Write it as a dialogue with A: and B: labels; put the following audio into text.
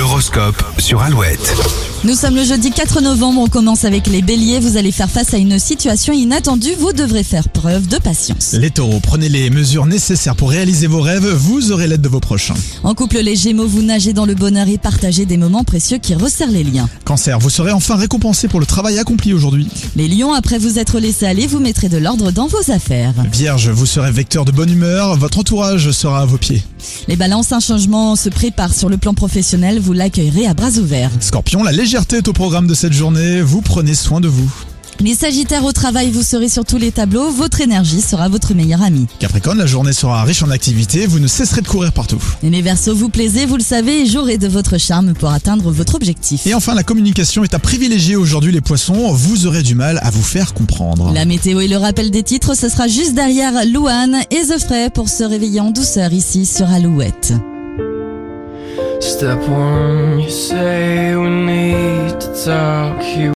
A: Horoscope sur Alouette.
B: Nous sommes le jeudi 4 novembre, on commence avec les béliers, vous allez faire face à une situation inattendue, vous devrez faire preuve de patience.
C: Les taureaux, prenez les mesures nécessaires pour réaliser vos rêves, vous aurez l'aide de vos prochains.
B: En couple, les gémeaux, vous nagez dans le bonheur et partagez des moments précieux qui resserrent les liens.
C: Cancer, vous serez enfin récompensé pour le travail accompli aujourd'hui.
B: Les lions, après vous être laissés aller, vous mettrez de l'ordre dans vos affaires.
C: Vierge, vous serez vecteur de bonne humeur, votre entourage sera à vos pieds.
B: Les balances, un changement se prépare sur le plan professionnel, vous l'accueillerez à bras ouverts.
C: Scorpion, la légèreté est au programme de cette journée, vous prenez soin de vous.
B: Les sagittaires au travail, vous serez sur tous les tableaux, votre énergie sera votre meilleure amie.
C: Capricorne, la journée sera riche en activités, vous ne cesserez de courir partout.
B: Et les versos, vous plaisez, vous le savez, et jouerez de votre charme pour atteindre votre objectif.
C: Et enfin, la communication est à privilégier aujourd'hui les poissons, vous aurez du mal à vous faire comprendre.
B: La météo et le rappel des titres, ce sera juste derrière Louane et The Fray pour se réveiller en douceur ici sur Alouette.
D: Step one, you say we need to talk. You